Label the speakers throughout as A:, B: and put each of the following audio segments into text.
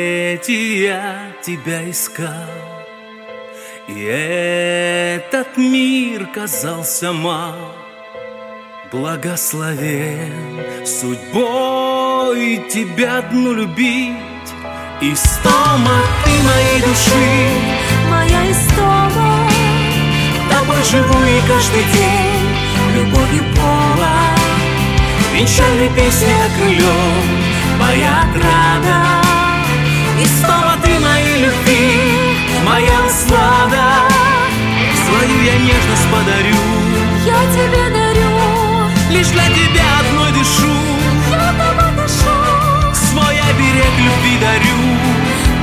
A: Столетия тебя искал, И этот мир казался мал. Благословен судьбой тебя одну любить, Истома ты моей души,
B: Моя истома,
A: тобой живу и каждый день
B: любовью пола,
A: Венчальной песни окрылен Моя отрада И снова ты моей любви Моя услада Свою я нежность подарю
B: я тебе дарю,
A: Лишь для тебя одной дышу
B: я тобой дышу.
A: Свой оберег любви дарю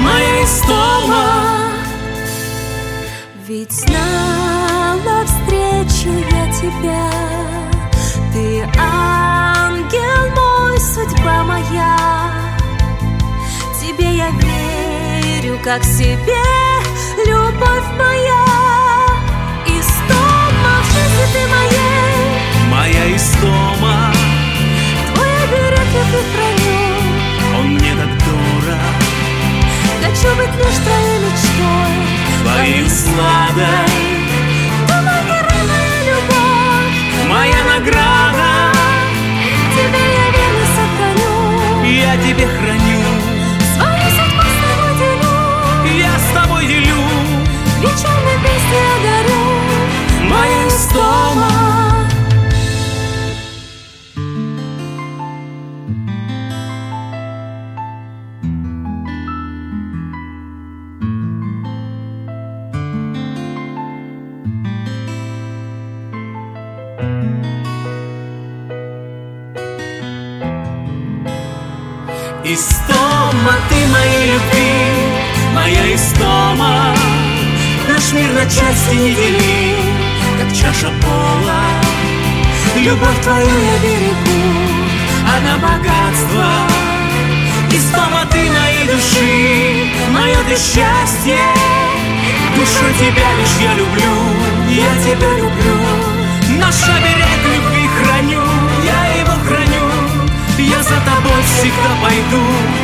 A: Моя истома
B: дома. Ведь знала встречу я тебя Ты ангел мой, судьба моя Тебе я верю, как себе Любовь моя И стома в жизни ты моей
A: Моя истома
B: Твой оберег я храню
A: Он мне так дорог
B: Хочу быть лишь твоей мечтой
A: Твоей усладой.
B: Ты моя родная любовь
A: Моя награда
B: Тебе я верно сохраню
A: Я тебе храню
B: Свою судьбу с тобой делю
A: Я с тобой делю
B: Вечерней песней одарю
A: Моя истома Истома, ты моей любви, моя истома. Наш мир на части не дели, как чаша пола. Любовь твою я берегу, она А богатство. Истома, ты моей души, мое ты счастье. Душу тебя лишь я люблю, я тебя люблю. Наш оберег любви храню, я его храню. Я за тобой всегда пойду,